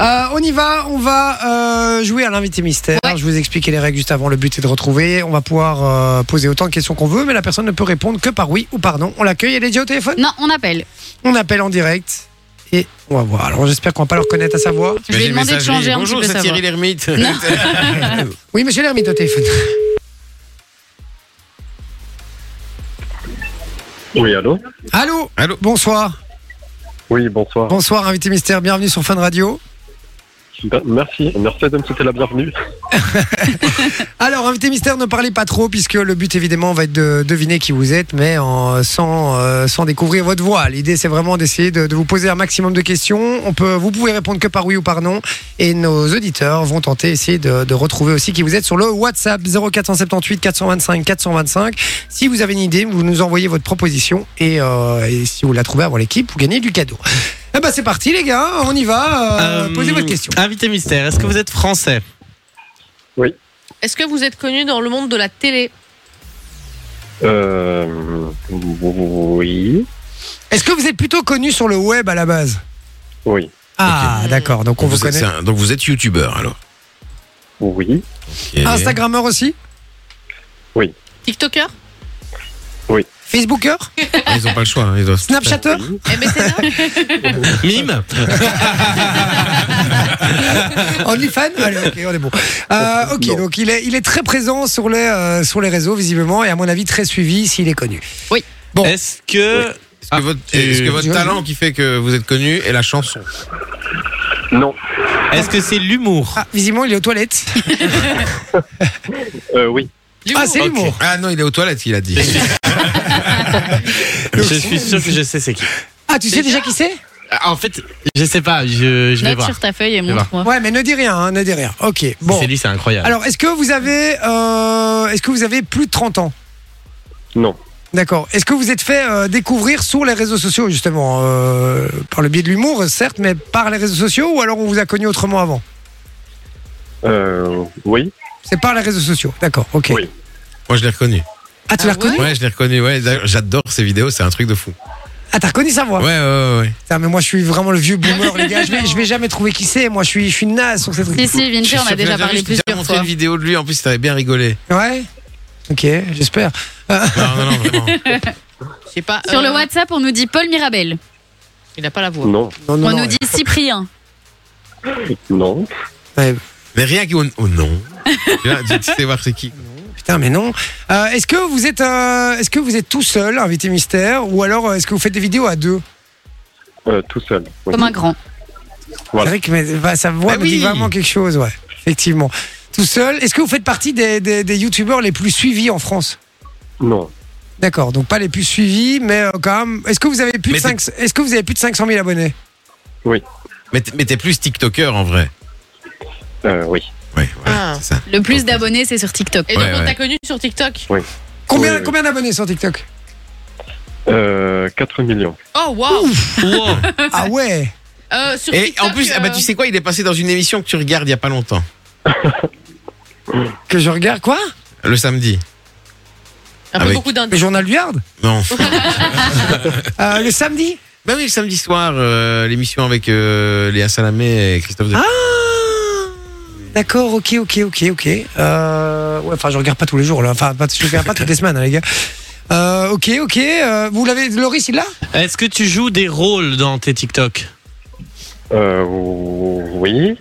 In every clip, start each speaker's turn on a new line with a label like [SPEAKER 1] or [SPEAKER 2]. [SPEAKER 1] Euh, on y va, on va euh, jouer à l'invité mystère.
[SPEAKER 2] Ouais.
[SPEAKER 1] Je vous expliquais les règles juste avant. Le but est de retrouver. On va pouvoir euh, poser autant de questions qu'on veut, mais la personne ne peut répondre que par oui ou par non. On l'accueille, elle est déjà au téléphone.
[SPEAKER 2] Non, on appelle.
[SPEAKER 1] On appelle en direct et on va voir. Alors j'espère qu'on va pas leur connaître à sa voix.
[SPEAKER 2] Je vais demander de changer un petit
[SPEAKER 3] Bonjour,
[SPEAKER 2] peu
[SPEAKER 3] c'est
[SPEAKER 2] sa voix.
[SPEAKER 3] Thierry l'ermite.
[SPEAKER 1] Oui, monsieur l'ermite au téléphone.
[SPEAKER 4] Oui, allô
[SPEAKER 1] Allô
[SPEAKER 3] Allô
[SPEAKER 1] Bonsoir.
[SPEAKER 4] Oui, bonsoir.
[SPEAKER 1] Bonsoir, invité mystère. Bienvenue sur Fun Radio.
[SPEAKER 4] Ben, Merci, merci de me souhaiter la bienvenue.
[SPEAKER 1] Alors, invité mystère, ne parlez pas trop, puisque le but évidemment va être de deviner qui vous êtes, mais en- sans, euh, sans découvrir votre voix. L'idée, c'est vraiment d'essayer de, de vous poser un maximum de questions. On peut, vous pouvez répondre que par oui ou par non, et nos auditeurs vont tenter, essayer de, de retrouver aussi qui vous êtes sur le WhatsApp 0478 425 425. Si vous avez une idée, vous nous envoyez votre proposition, et, euh, et si vous la trouvez avant l'équipe, vous gagnez du cadeau. Eh ben, c'est parti, les gars, on y va. euh,
[SPEAKER 3] Euh,
[SPEAKER 1] posez votre question.
[SPEAKER 3] Invité mystère, est-ce que vous êtes français
[SPEAKER 5] Est-ce que vous êtes connu dans le monde de la télé
[SPEAKER 4] Euh, oui,
[SPEAKER 1] Est-ce que vous êtes plutôt connu sur le web à la base
[SPEAKER 4] oui,
[SPEAKER 1] Ah, d'accord. Donc on vous,
[SPEAKER 6] Vous êtes-
[SPEAKER 1] connaît.
[SPEAKER 6] c'est un- donc vous êtes youtubeur alors.
[SPEAKER 4] oui,
[SPEAKER 6] Et-
[SPEAKER 1] Instagrammeur aussi
[SPEAKER 5] TikToker
[SPEAKER 1] Facebooker
[SPEAKER 6] Ah, ils ont pas le choix. hein, ils doivent-
[SPEAKER 1] Snapchatter
[SPEAKER 5] MSN
[SPEAKER 3] Mime
[SPEAKER 1] OnlyFans Allez, ok, on est bon. Euh, ok,
[SPEAKER 4] Non.
[SPEAKER 1] donc il est, il est très présent sur les, euh, sur les réseaux, visiblement, et à mon avis, très suivi s'il est connu. Bon.
[SPEAKER 3] Est-ce que. Ah,
[SPEAKER 6] Est-ce que votre, est-ce que votre
[SPEAKER 1] tu-
[SPEAKER 6] talent qui fait que vous êtes connu est la chanson
[SPEAKER 4] non,
[SPEAKER 3] Est-ce que c'est l'humour
[SPEAKER 1] Ah, visiblement, il est aux toilettes.
[SPEAKER 4] euh, oui,
[SPEAKER 1] Ah, c'est
[SPEAKER 3] Ok.
[SPEAKER 1] l'humour.
[SPEAKER 6] Ah non, il est aux toilettes, il a dit.
[SPEAKER 3] Je suis sûr que je sais c'est qui.
[SPEAKER 1] Ah, tu sais déjà qui c'est
[SPEAKER 3] Ah, En fait, je sais pas, je, je vais
[SPEAKER 2] Note
[SPEAKER 3] voir.
[SPEAKER 2] sur ta feuille et
[SPEAKER 3] vais voir.
[SPEAKER 2] montre-moi.
[SPEAKER 1] Ouais, mais ne dis rien, hein, ne dis rien. Ok, bon.
[SPEAKER 3] C'est lui, c'est incroyable.
[SPEAKER 1] Alors, est-ce que vous avez, euh, est-ce que vous avez plus de 30 ans
[SPEAKER 4] non,
[SPEAKER 1] D'accord. Est-ce que vous êtes fait euh, découvrir sur les réseaux sociaux justement euh, par le biais de l'humour, certes, mais par les réseaux sociaux ou alors on vous a connu autrement avant
[SPEAKER 4] euh, oui,
[SPEAKER 1] C'est par les réseaux sociaux, d'accord, ok.
[SPEAKER 4] Oui.
[SPEAKER 6] Moi, je l'ai reconnu.
[SPEAKER 1] Ah, tu
[SPEAKER 5] Ah
[SPEAKER 1] l'as reconnu
[SPEAKER 6] Ouais, je l'ai reconnu. Ouais, d'ailleurs, j'adore ces vidéos, c'est un truc de fou.
[SPEAKER 1] Ah, t'as reconnu sa voix
[SPEAKER 6] Ouais, ouais, ouais. ouais.
[SPEAKER 1] Putain, mais moi, je suis vraiment le vieux boomer, les gars. Je vais, je vais jamais trouver qui c'est. Moi, je suis, je suis naze sur ces trucs.
[SPEAKER 2] Si, si,
[SPEAKER 6] Je
[SPEAKER 2] Vinci,
[SPEAKER 6] suis
[SPEAKER 2] on a
[SPEAKER 6] sûr que
[SPEAKER 2] déjà
[SPEAKER 6] j'avais
[SPEAKER 2] parlé
[SPEAKER 6] juste déjà
[SPEAKER 2] plusieurs
[SPEAKER 6] montré
[SPEAKER 2] fois.
[SPEAKER 6] une vidéo de lui. En plus, t'avais bien rigolé.
[SPEAKER 1] Ouais Ok, j'espère.
[SPEAKER 6] Non, non, non, vraiment.
[SPEAKER 5] Je sais pas.
[SPEAKER 2] Sur
[SPEAKER 5] euh,
[SPEAKER 2] le WhatsApp, on nous dit Paul Mirabel.
[SPEAKER 5] Il n'a pas la voix.
[SPEAKER 4] non,
[SPEAKER 1] Non, non, non,
[SPEAKER 2] On nous
[SPEAKER 1] ouais.
[SPEAKER 2] dit Cyprien.
[SPEAKER 4] non,
[SPEAKER 1] Ouais,
[SPEAKER 6] Mais rien qui. Oh non. Tu vois, tu- tu sais voir c'est qui.
[SPEAKER 1] putain, mais non. Euh, est-ce que vous êtes, euh, est-ce que vous êtes tout seul, invité mystère, ou alors euh, est-ce que vous faites des vidéos à deux
[SPEAKER 4] euh, tout seul. oui.
[SPEAKER 2] Comme un grand.
[SPEAKER 4] Voilà.
[SPEAKER 1] C'est vrai que mais, bah, sa voix
[SPEAKER 6] Ah
[SPEAKER 1] me dit
[SPEAKER 6] oui.
[SPEAKER 1] vraiment quelque chose, ouais. Effectivement. Tout seul. Est-ce que vous faites partie des, des, des youtubeurs les plus suivis en France
[SPEAKER 4] Non,
[SPEAKER 1] D'accord, donc pas les plus suivis, mais euh, quand même. Est-ce que vous avez plus de
[SPEAKER 6] Mais
[SPEAKER 1] cinq- est-ce que vous avez plus de 500 000 abonnés
[SPEAKER 6] Mais t'es mais t'es plus TikToker en vrai.
[SPEAKER 4] euh, oui,
[SPEAKER 6] Ouais, voilà,
[SPEAKER 5] Ah.
[SPEAKER 6] c'est ça.
[SPEAKER 2] Le plus d'abonnés, c'est sur TikTok.
[SPEAKER 5] Et donc,
[SPEAKER 6] Ouais,
[SPEAKER 5] on
[SPEAKER 6] ouais.
[SPEAKER 5] t'a connu sur TikTok
[SPEAKER 1] Combien,
[SPEAKER 4] Oui, oui.
[SPEAKER 1] combien d'abonnés sur TikTok
[SPEAKER 4] euh, 4 millions.
[SPEAKER 5] Oh, waouh
[SPEAKER 3] Wow.
[SPEAKER 1] Ah ouais
[SPEAKER 5] Euh, Sur
[SPEAKER 6] Et
[SPEAKER 5] TikTok.
[SPEAKER 6] en plus, ah bah, tu
[SPEAKER 5] euh,
[SPEAKER 6] sais quoi, il est passé dans une émission que tu regardes il y a pas longtemps,
[SPEAKER 1] Que je regarde quoi
[SPEAKER 6] le samedi.
[SPEAKER 5] Un peu
[SPEAKER 6] avec-
[SPEAKER 5] beaucoup
[SPEAKER 1] Le
[SPEAKER 5] d'indices.
[SPEAKER 1] journal du Hard
[SPEAKER 6] Non.
[SPEAKER 1] Euh, Le samedi
[SPEAKER 6] Ben oui, le samedi soir, euh, l'émission avec euh, Léa Salamé et Christophe de...
[SPEAKER 1] Ah D'accord, ok, ok, ok, ok. Euh, ouais, enfin, je regarde pas tous les jours, là. Enfin, pas- je regarde pas toutes les semaines, hein, les gars. Euh, ok, ok. euh, vous l'avez, Loris, il l'a
[SPEAKER 3] Ah. Est-ce que tu joues des rôles dans tes TikTok
[SPEAKER 4] Euh, oui,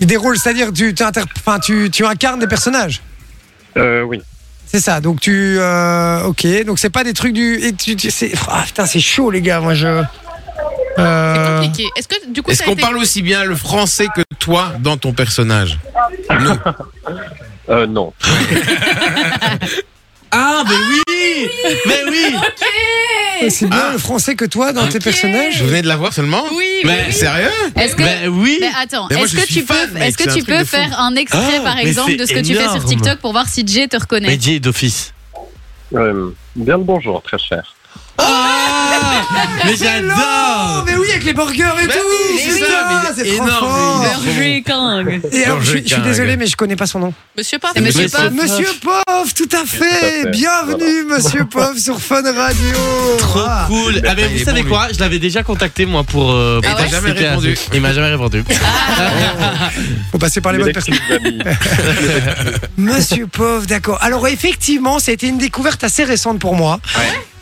[SPEAKER 1] Des rôles, c'est-à-dire tu, tu, inter- enfin, tu, tu incarnes des personnages.
[SPEAKER 4] euh, oui,
[SPEAKER 1] C'est ça, donc tu. euh, ok, donc c'est pas des trucs du. Et tu, tu- c'est, ah putain, c'est chaud, les gars, moi je.
[SPEAKER 5] C'est
[SPEAKER 1] Euh,
[SPEAKER 5] compliqué. Est-ce que du coup,
[SPEAKER 6] Est-ce
[SPEAKER 5] t'as
[SPEAKER 6] qu'on
[SPEAKER 5] été-
[SPEAKER 6] parle aussi bien le français que toi dans ton personnage Non.
[SPEAKER 4] euh, non,
[SPEAKER 3] Ah, mais oui Mais oui
[SPEAKER 1] c'est bien le français que toi dans tes personnages.
[SPEAKER 6] Je venais de la voir seulement
[SPEAKER 5] Oui,
[SPEAKER 3] Mais-
[SPEAKER 5] oui, oui.
[SPEAKER 6] Sérieux
[SPEAKER 2] Est-ce que.
[SPEAKER 3] Mais Ben oui
[SPEAKER 2] Mais attends,
[SPEAKER 6] Mais moi,
[SPEAKER 2] est-ce
[SPEAKER 6] je
[SPEAKER 2] que
[SPEAKER 6] suis
[SPEAKER 2] tu
[SPEAKER 6] fan,
[SPEAKER 2] peux,
[SPEAKER 6] mec,
[SPEAKER 2] est-ce
[SPEAKER 6] c'est
[SPEAKER 2] que
[SPEAKER 6] un
[SPEAKER 2] tu
[SPEAKER 6] truc
[SPEAKER 2] peux
[SPEAKER 6] de fou.
[SPEAKER 2] faire un extrait
[SPEAKER 3] Ah,
[SPEAKER 2] par
[SPEAKER 3] mais
[SPEAKER 2] exemple
[SPEAKER 3] c'est
[SPEAKER 2] de ce que tu fais sur
[SPEAKER 3] énorme.
[SPEAKER 2] TikTok pour voir si Jay te reconnaît
[SPEAKER 3] Mais dis d'office.
[SPEAKER 4] Euh, bien le bonjour, très cher.
[SPEAKER 3] Ah putain Mais
[SPEAKER 1] Non,
[SPEAKER 3] j'adore
[SPEAKER 1] mais oui, avec les burgers et
[SPEAKER 6] Bah
[SPEAKER 1] tout.
[SPEAKER 6] oui, mais
[SPEAKER 1] putain,
[SPEAKER 6] oui, mais il est
[SPEAKER 1] c'est trop
[SPEAKER 6] énorme,
[SPEAKER 1] fort.
[SPEAKER 6] il est énorme.
[SPEAKER 2] Berger Kang.
[SPEAKER 1] Et alors, je, suis- je suis
[SPEAKER 6] Burger King.
[SPEAKER 1] désolé, mais je connais pas son nom.
[SPEAKER 5] Monsieur Paf.
[SPEAKER 2] C'est Monsieur
[SPEAKER 3] Monsieur
[SPEAKER 2] Pop.
[SPEAKER 1] Monsieur Poff, tout à fait.
[SPEAKER 4] fait.
[SPEAKER 1] Bienvenue, Monsieur Poff, sur Fun Radio.
[SPEAKER 3] Trop
[SPEAKER 1] Ah.
[SPEAKER 3] cool Ah mais
[SPEAKER 6] il est
[SPEAKER 3] vous savez
[SPEAKER 6] bon,
[SPEAKER 3] quoi Je l'avais déjà contacté moi pour... euh,
[SPEAKER 6] Et
[SPEAKER 3] pour
[SPEAKER 6] t'as jamais
[SPEAKER 3] participer à ce-
[SPEAKER 6] répondu.
[SPEAKER 3] Il m'a jamais répondu.
[SPEAKER 1] Faut passer par les bonnes personnes.
[SPEAKER 4] L'électrique, les amis.
[SPEAKER 1] Monsieur Pauvre, d'accord. Alors effectivement, ça a été une découverte assez récente pour moi.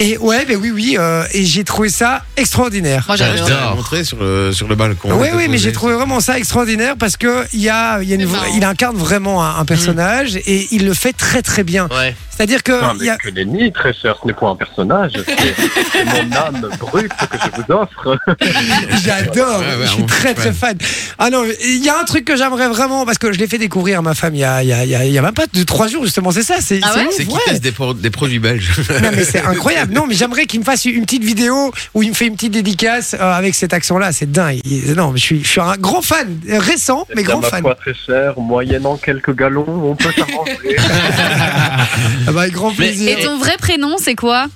[SPEAKER 1] Et ouais, ben oui, oui, euh, et j'ai trouvé ça extraordinaire.
[SPEAKER 2] Moi j'adore.
[SPEAKER 3] J'adore.
[SPEAKER 6] montré sur le, sur le balcon.
[SPEAKER 1] Oui,
[SPEAKER 6] T'as
[SPEAKER 1] oui, Ah mais
[SPEAKER 6] posé.
[SPEAKER 1] j'ai trouvé vraiment ça extraordinaire parce que il y a, il y a une
[SPEAKER 2] C'est
[SPEAKER 1] vra-
[SPEAKER 2] marrant.
[SPEAKER 1] il incarne vraiment un, un personnage et il le fait très très bien.
[SPEAKER 3] Ouais.
[SPEAKER 1] C'est-à-dire que
[SPEAKER 4] Non,
[SPEAKER 1] il y a-
[SPEAKER 4] mais je n'ai ni très cher, ce n'est pas un personnage, c'est c'est mon âme brute que je vous offre.
[SPEAKER 1] j'adore,
[SPEAKER 6] Ouais, ouais,
[SPEAKER 1] je suis
[SPEAKER 6] on-
[SPEAKER 1] très très
[SPEAKER 6] ouais.
[SPEAKER 1] fan. Ah non, il y a un truc que j'aimerais vraiment parce que je l'ai fait découvrir à ma femme il y a, il y a, il y a- il y a même pas de trois jours justement. C'est ça, c'est
[SPEAKER 2] Ah
[SPEAKER 1] c'est
[SPEAKER 2] ouais
[SPEAKER 1] ouf,
[SPEAKER 6] C'est qui
[SPEAKER 1] ouais.
[SPEAKER 6] teste des, pro- des produits belges.
[SPEAKER 1] Non mais c'est incroyable. Non mais j'aimerais qu'il me fasse une petite vidéo où il me fait une petite dédicace euh, avec cet accent-là. C'est dingue. Il- Non mais je suis, je suis un grand fan, euh, récent mais
[SPEAKER 4] Ça
[SPEAKER 1] grand
[SPEAKER 4] m'a
[SPEAKER 1] fan.
[SPEAKER 4] pas très cher, moyennant quelques gallons, on peut s'arranger.
[SPEAKER 1] Ah bah, avec grand
[SPEAKER 3] Mais-
[SPEAKER 1] plaisir.
[SPEAKER 2] Et ton vrai prénom, c'est quoi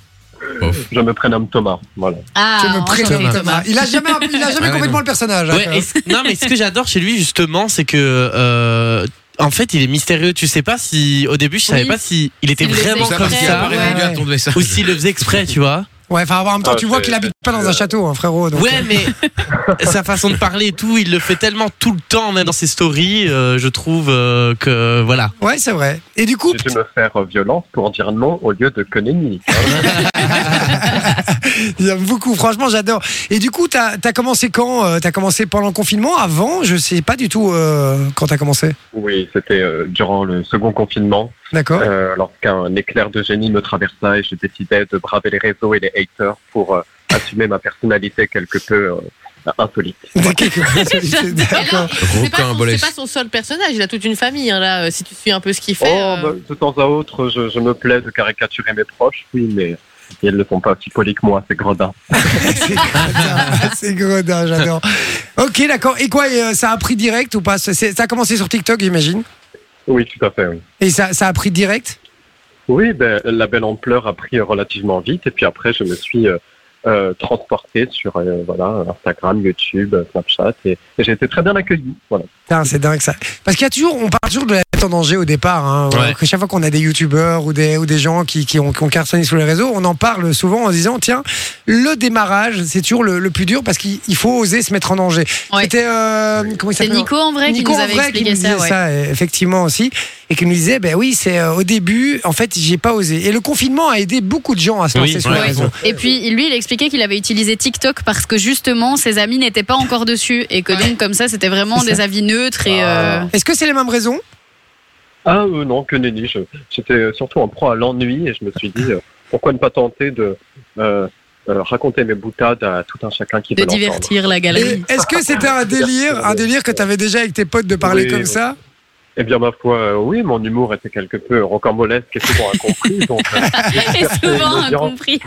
[SPEAKER 4] je me prénomme Thomas, voilà.
[SPEAKER 2] Ah,
[SPEAKER 1] Je me
[SPEAKER 2] enchanté,
[SPEAKER 1] prénomme Thomas. Il a jamais, il a jamais
[SPEAKER 6] Ah,
[SPEAKER 1] complètement
[SPEAKER 6] mais non.
[SPEAKER 1] le personnage. hein,
[SPEAKER 3] Ouais,
[SPEAKER 1] quand
[SPEAKER 3] et ce- non, mais ce que j'adore chez lui, justement, c'est que. euh, en fait, il est mystérieux. Tu sais pas si. Au début, je savais
[SPEAKER 2] Oui.
[SPEAKER 3] pas si il était
[SPEAKER 2] Il le
[SPEAKER 3] vraiment
[SPEAKER 2] faisait
[SPEAKER 3] comme
[SPEAKER 2] exprès,
[SPEAKER 3] ça.
[SPEAKER 1] ouais.
[SPEAKER 3] Ou s'il le faisait exprès, tu vois.
[SPEAKER 1] même. Ouais, enfin en même temps
[SPEAKER 4] Ah,
[SPEAKER 1] tu vois
[SPEAKER 4] c'est-
[SPEAKER 1] qu'il habite
[SPEAKER 4] c'est-
[SPEAKER 1] pas dans un château, hein, frérot. donc,
[SPEAKER 3] ouais, mais sa façon de parler et tout, il le fait tellement tout le temps, même dans ses stories, euh, je trouve euh, que. Voilà.
[SPEAKER 1] euh, ouais, c'est vrai. Et du coup,
[SPEAKER 4] J'ai dû me faire euh, violence pour dire non au lieu de que nenni.
[SPEAKER 1] j'aime beaucoup. Franchement, j'adore. Et du coup, t'as as commencé quand euh, T'as commencé pendant le confinement Avant Je sais pas du tout euh, quand t'as commencé.
[SPEAKER 4] Oui, c'était euh, durant le second confinement,
[SPEAKER 1] D'accord.
[SPEAKER 4] euh, lorsqu'un éclair de génie me traversa et je décidais de braver les réseaux et les haters pour euh, assumer ma personnalité quelque peu euh, insolite.
[SPEAKER 5] Mais
[SPEAKER 1] D'accord.
[SPEAKER 5] non, C'est pas, son- c'est pas son seul personnage, il a toute une famille hein, là. euh, Si tu suis un peu ce qu'il fait.
[SPEAKER 4] Oh,
[SPEAKER 5] euh,
[SPEAKER 4] bah, de temps à autre, je, je me plais de caricaturer mes proches, oui, mais ils ne le sont pas aussi polis que moi, c'est gredin.
[SPEAKER 1] C'est gredin, c'est gredin, j'adore. Ok, d'accord. Et quoi, et, euh, ça a pris direct ou pas C'est- Ça a commencé sur TikTok, j'imagine.
[SPEAKER 4] Oui, tout à fait, oui.
[SPEAKER 1] Et ça, ça a pris direct
[SPEAKER 4] Oui, ben, la belle ampleur a pris relativement vite, et puis après, je me suis euh, euh, transporté sur euh, voilà, Instagram, YouTube, Snapchat, et, et j'ai été très bien accueilli. Voilà.
[SPEAKER 1] Putain, c'est dingue ça. Parce qu'il y a toujours, on parle toujours de la tête en danger au départ. Hein,
[SPEAKER 3] Ouais.
[SPEAKER 1] Que chaque fois qu'on a des youtubeurs ou des, ou des gens qui, qui, ont, qui ont cartonné sur les réseaux, on en parle souvent en disant tiens, le démarrage, c'est toujours le, le plus dur parce qu'il il faut oser se mettre en danger.
[SPEAKER 2] Ouais.
[SPEAKER 1] C'était. euh, comment il
[SPEAKER 2] C'est
[SPEAKER 1] s'appelle
[SPEAKER 2] Nico en vrai
[SPEAKER 1] Nico
[SPEAKER 2] qui nous
[SPEAKER 1] en
[SPEAKER 2] avait
[SPEAKER 1] vrai qui
[SPEAKER 2] expliqué
[SPEAKER 1] nous
[SPEAKER 2] ça.
[SPEAKER 1] disait
[SPEAKER 2] ouais.
[SPEAKER 1] ça, euh, effectivement aussi, et qui nous disait, ben oui, c'est euh, au début, en fait, j'ai pas osé. Et le confinement a aidé beaucoup de gens à se
[SPEAKER 3] Oui,
[SPEAKER 1] lancer sur les
[SPEAKER 2] ouais.
[SPEAKER 1] réseaux.
[SPEAKER 2] Et puis lui, il expliquait qu'il avait utilisé TikTok parce que justement ses amis n'étaient pas encore dessus et que donc comme ça c'était vraiment
[SPEAKER 1] C'est ça.
[SPEAKER 2] des avis neutres et.
[SPEAKER 4] Ah.
[SPEAKER 2] euh,
[SPEAKER 1] Est-ce que c'est les mêmes raisons
[SPEAKER 4] Ah euh, non, que nenni, je- j'étais surtout en proie à l'ennui, et je me suis dit, euh, pourquoi ne pas tenter de euh, euh, raconter mes boutades à tout un chacun qui
[SPEAKER 2] De
[SPEAKER 4] veut l'entendre.
[SPEAKER 2] divertir la
[SPEAKER 1] Et
[SPEAKER 2] galerie.
[SPEAKER 1] Est-ce que c'était un délire, un délire que t'avais déjà avec tes potes de parler
[SPEAKER 4] Oui,
[SPEAKER 1] comme
[SPEAKER 4] oui.
[SPEAKER 1] ça
[SPEAKER 4] Eh bien, ma foi, euh, oui, mon humour était quelque peu rocambolesque et souvent incompris. donc, euh,
[SPEAKER 2] Et souvent
[SPEAKER 4] une audience.
[SPEAKER 2] incompris.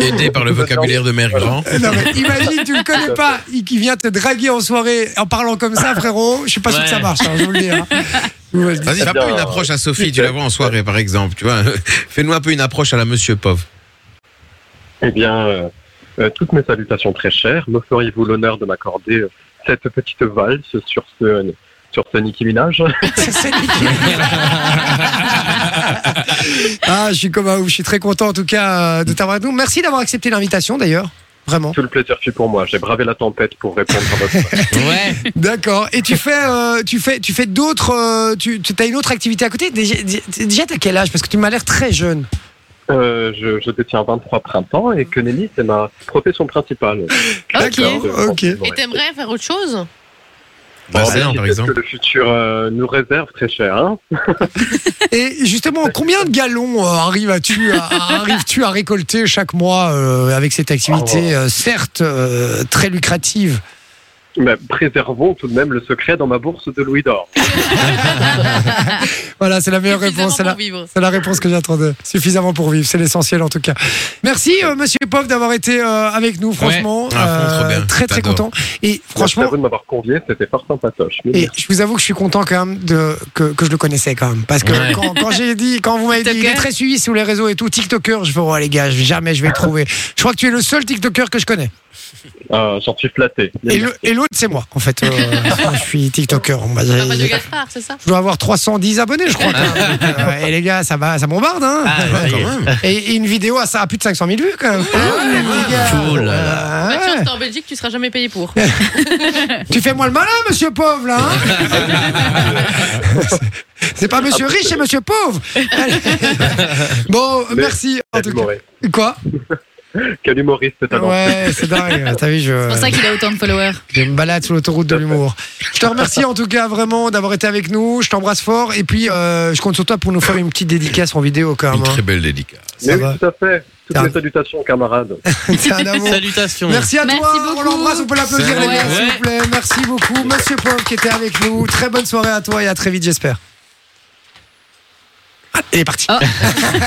[SPEAKER 6] Aidé par le vocabulaire de Mère Grand.
[SPEAKER 1] Euh, Non mais imagine, tu le connais pas, il qui vient te draguer en soirée en parlant comme ça, frérot. Je suis pas sûr que ça
[SPEAKER 3] Ouais.
[SPEAKER 1] marche, hein, je vous le dis. hein. Je vous le dis.
[SPEAKER 6] Vas-y, fais un peu
[SPEAKER 4] bien,
[SPEAKER 6] une approche à Sophie, tu la vois en soirée par exemple, tu vois. Fais-nous un peu une approche à la Monsieur Pauvre.
[SPEAKER 4] eh bien, euh, euh, toutes mes salutations très chères, me feriez-vous l'honneur de m'accorder euh, cette petite valse sur ce, sur ce Nicki Minaj
[SPEAKER 1] C'est nickel. ah, je suis comme un ouf. Je suis très content en tout cas euh, de t'avoir avec nous. Merci d'avoir accepté l'invitation d'ailleurs. Vraiment.
[SPEAKER 4] Tout le plaisir fut pour moi. J'ai bravé la tempête pour répondre à votre.
[SPEAKER 3] Ouais.
[SPEAKER 1] D'accord. Et tu fais, euh, tu fais, tu fais d'autres. euh, tu tu as une autre activité à côté. Déjà, déjà t'as quel âge Parce que tu m'as l'air très jeune.
[SPEAKER 4] Euh, je, je détiens 23 printemps et que Nelly, c'est ma profession principale.
[SPEAKER 2] Ok.
[SPEAKER 1] ok.
[SPEAKER 5] Et t'aimerais faire autre chose
[SPEAKER 6] Bah, c'est
[SPEAKER 4] Bon,
[SPEAKER 6] par
[SPEAKER 4] qu'est-ce
[SPEAKER 6] exemple.
[SPEAKER 4] que le futur euh, nous réserve très cher. Hein
[SPEAKER 1] Et justement, combien de gallons euh, arrives-tu à, à- arrives-tu à récolter chaque mois euh, avec cette activité, euh, certes euh, très lucrative
[SPEAKER 4] Mais préservons tout de même le secret dans ma bourse de Louis d'Or.
[SPEAKER 1] Voilà, c'est la meilleure réponse. C'est
[SPEAKER 5] Suffisamment
[SPEAKER 1] la,
[SPEAKER 5] pour vivre.
[SPEAKER 1] c'est la réponse que j'attendais. Suffisamment pour vivre, c'est l'essentiel en tout cas. Merci euh, Monsieur Pov d'avoir été euh, avec nous, franchement. Euh,
[SPEAKER 6] à fond, trop bien.
[SPEAKER 1] très très
[SPEAKER 6] T'adore.
[SPEAKER 1] content. Et
[SPEAKER 4] Merci à
[SPEAKER 1] franchement,
[SPEAKER 4] vous de m'avoir convié, c'était fort sympatoche. Mais
[SPEAKER 1] Et je vous avoue que je suis content quand même de, que, que je le connaissais quand même. Parce que
[SPEAKER 6] Ouais.
[SPEAKER 1] quand, quand j'ai dit, quand vous m'avez dit, il est
[SPEAKER 2] TikToker.
[SPEAKER 1] très suivi sur les réseaux et tout, TikToker, je fais, oh les gars, je- jamais je vais le trouver. Je crois que tu es le seul TikToker que je connais.
[SPEAKER 4] euh, j'en suis flatté.
[SPEAKER 1] Et le- et l'autre, c'est moi, en fait. Euh, je suis TikToker. Bah, on va dire.
[SPEAKER 3] Euh,
[SPEAKER 5] Papa de Gaspard, c'est ça
[SPEAKER 1] je dois avoir 310 abonnés, je crois. quand même. Donc, euh, et les gars, ça, va, ça bombarde. Hein
[SPEAKER 3] Ah,
[SPEAKER 6] Ouais,
[SPEAKER 3] ça y est.
[SPEAKER 6] quand même.
[SPEAKER 1] et, et une vidéo à, ça, à plus de 500 000 vues, quand même. Les gars.
[SPEAKER 3] Oh là
[SPEAKER 1] Ah,
[SPEAKER 5] Bah,
[SPEAKER 1] ouais.
[SPEAKER 5] tiens, t'es en Belgique, tu seras jamais payé pour.
[SPEAKER 1] Tu fais moi le malin, monsieur pauvre, là hein C'est pas monsieur riche, c'est monsieur pauvre Allez. Bon,
[SPEAKER 4] Mais-
[SPEAKER 1] merci. en
[SPEAKER 4] Quel
[SPEAKER 1] tout
[SPEAKER 4] humoriste.
[SPEAKER 1] cas. Quoi
[SPEAKER 4] Quel humoriste talentueux.
[SPEAKER 1] Ouais, c'est dingue. T'as vu,
[SPEAKER 2] C'est pour
[SPEAKER 1] je,
[SPEAKER 2] ça qu'il a autant de followers.
[SPEAKER 1] je me balade sur l'autoroute de l'humour. Je te remercie en tout cas vraiment d'avoir été avec nous. Je t'embrasse fort. Et puis, euh, je compte sur toi pour nous faire une petite dédicace en vidéo quand
[SPEAKER 6] Une
[SPEAKER 1] même. hein.
[SPEAKER 6] très belle dédicace.
[SPEAKER 1] Ça
[SPEAKER 4] Mais
[SPEAKER 1] va.
[SPEAKER 4] oui, tout à fait. Toutes
[SPEAKER 1] T'as-
[SPEAKER 4] mes salutations, camarades.
[SPEAKER 1] hein. T'es un amour.
[SPEAKER 3] Salutations.
[SPEAKER 1] Merci à
[SPEAKER 2] Merci
[SPEAKER 1] toi. On
[SPEAKER 2] beaucoup.
[SPEAKER 1] l'embrasse. On peut l'applaudir, les
[SPEAKER 6] Salut.
[SPEAKER 1] gars, s'il
[SPEAKER 3] Ouais.
[SPEAKER 1] vous plaît. Merci beaucoup, monsieur Pauvre, qui était avec nous. Très bonne soirée à toi et à très vite, j'espère. Ah, il est parti.
[SPEAKER 2] Oh.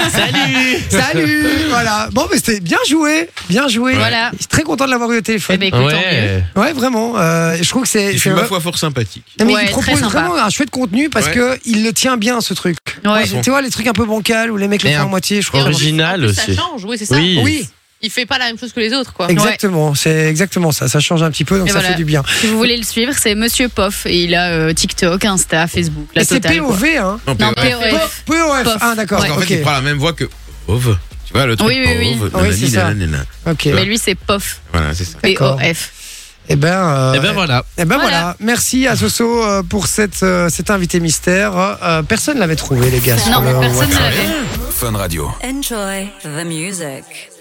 [SPEAKER 3] Salut.
[SPEAKER 1] Salut Voilà. Bon, mais c'était bien joué. Bien joué.
[SPEAKER 2] Voilà.
[SPEAKER 1] Je suis très content de l'avoir eu au
[SPEAKER 2] Eh
[SPEAKER 1] téléphone.
[SPEAKER 2] ben, écoute, tant mieux.
[SPEAKER 3] Ouais.
[SPEAKER 1] Ouais, vraiment. euh, je trouve que c'est.
[SPEAKER 6] Il
[SPEAKER 1] c'est
[SPEAKER 6] fut ma
[SPEAKER 1] vrai-
[SPEAKER 6] foi fort sympathique.
[SPEAKER 1] Non, mais
[SPEAKER 2] Ouais,
[SPEAKER 1] il
[SPEAKER 2] très
[SPEAKER 1] propose
[SPEAKER 2] sympa.
[SPEAKER 1] vraiment un chouette contenu parce
[SPEAKER 6] Ouais.
[SPEAKER 1] que il le tient bien, ce truc.
[SPEAKER 2] Ouais.
[SPEAKER 1] Tu vois, les trucs un peu bancals où les mecs le
[SPEAKER 3] Mais
[SPEAKER 1] font à
[SPEAKER 3] un-
[SPEAKER 1] moitié, je
[SPEAKER 5] Et en
[SPEAKER 1] crois.
[SPEAKER 5] plus-
[SPEAKER 3] Original
[SPEAKER 5] en plus, Ça
[SPEAKER 3] aussi.
[SPEAKER 5] change, oui, c'est ça.
[SPEAKER 3] Oui.
[SPEAKER 1] Oui,
[SPEAKER 5] Il fait pas la même chose que les autres, quoi.
[SPEAKER 1] exactement. C'est exactement ça. Ça change un petit peu, donc
[SPEAKER 2] Et
[SPEAKER 1] ça
[SPEAKER 2] voilà.
[SPEAKER 1] fait du bien.
[SPEAKER 2] Si vous voulez le suivre, c'est Monsieur Poff. Et il a euh, TikTok, Insta, Facebook. La
[SPEAKER 1] Et c'est
[SPEAKER 2] totale. quoi.
[SPEAKER 1] POV, hein
[SPEAKER 6] Non,
[SPEAKER 2] Non,
[SPEAKER 6] mais ouais.
[SPEAKER 2] POF.
[SPEAKER 1] POF.
[SPEAKER 2] Pof.
[SPEAKER 1] Ah, d'accord.
[SPEAKER 6] Parce qu'en
[SPEAKER 1] ok.
[SPEAKER 6] fait, il prend la même voix que Pauvre. Tu vois, le truc
[SPEAKER 2] Oui, oui, oui.
[SPEAKER 6] Pauvre,
[SPEAKER 1] Oui,
[SPEAKER 6] nanani,
[SPEAKER 1] c'est ça.
[SPEAKER 6] nanana.
[SPEAKER 1] Ok.
[SPEAKER 2] Mais lui, c'est Poff.
[SPEAKER 6] Voilà, c'est ça.
[SPEAKER 1] D'accord.
[SPEAKER 2] P-O-F.
[SPEAKER 1] Eh ben, euh,
[SPEAKER 3] Et ben voilà.
[SPEAKER 1] Eh ben voilà.
[SPEAKER 2] Voilà.
[SPEAKER 1] merci à Soso euh, pour cette, euh, cet invité mystère. Euh, personne l'avait trouvé, les gars. sur
[SPEAKER 2] Non,
[SPEAKER 1] le
[SPEAKER 2] personne ne
[SPEAKER 1] WhatsApp.
[SPEAKER 2] l'avait.
[SPEAKER 7] Enjoy the music.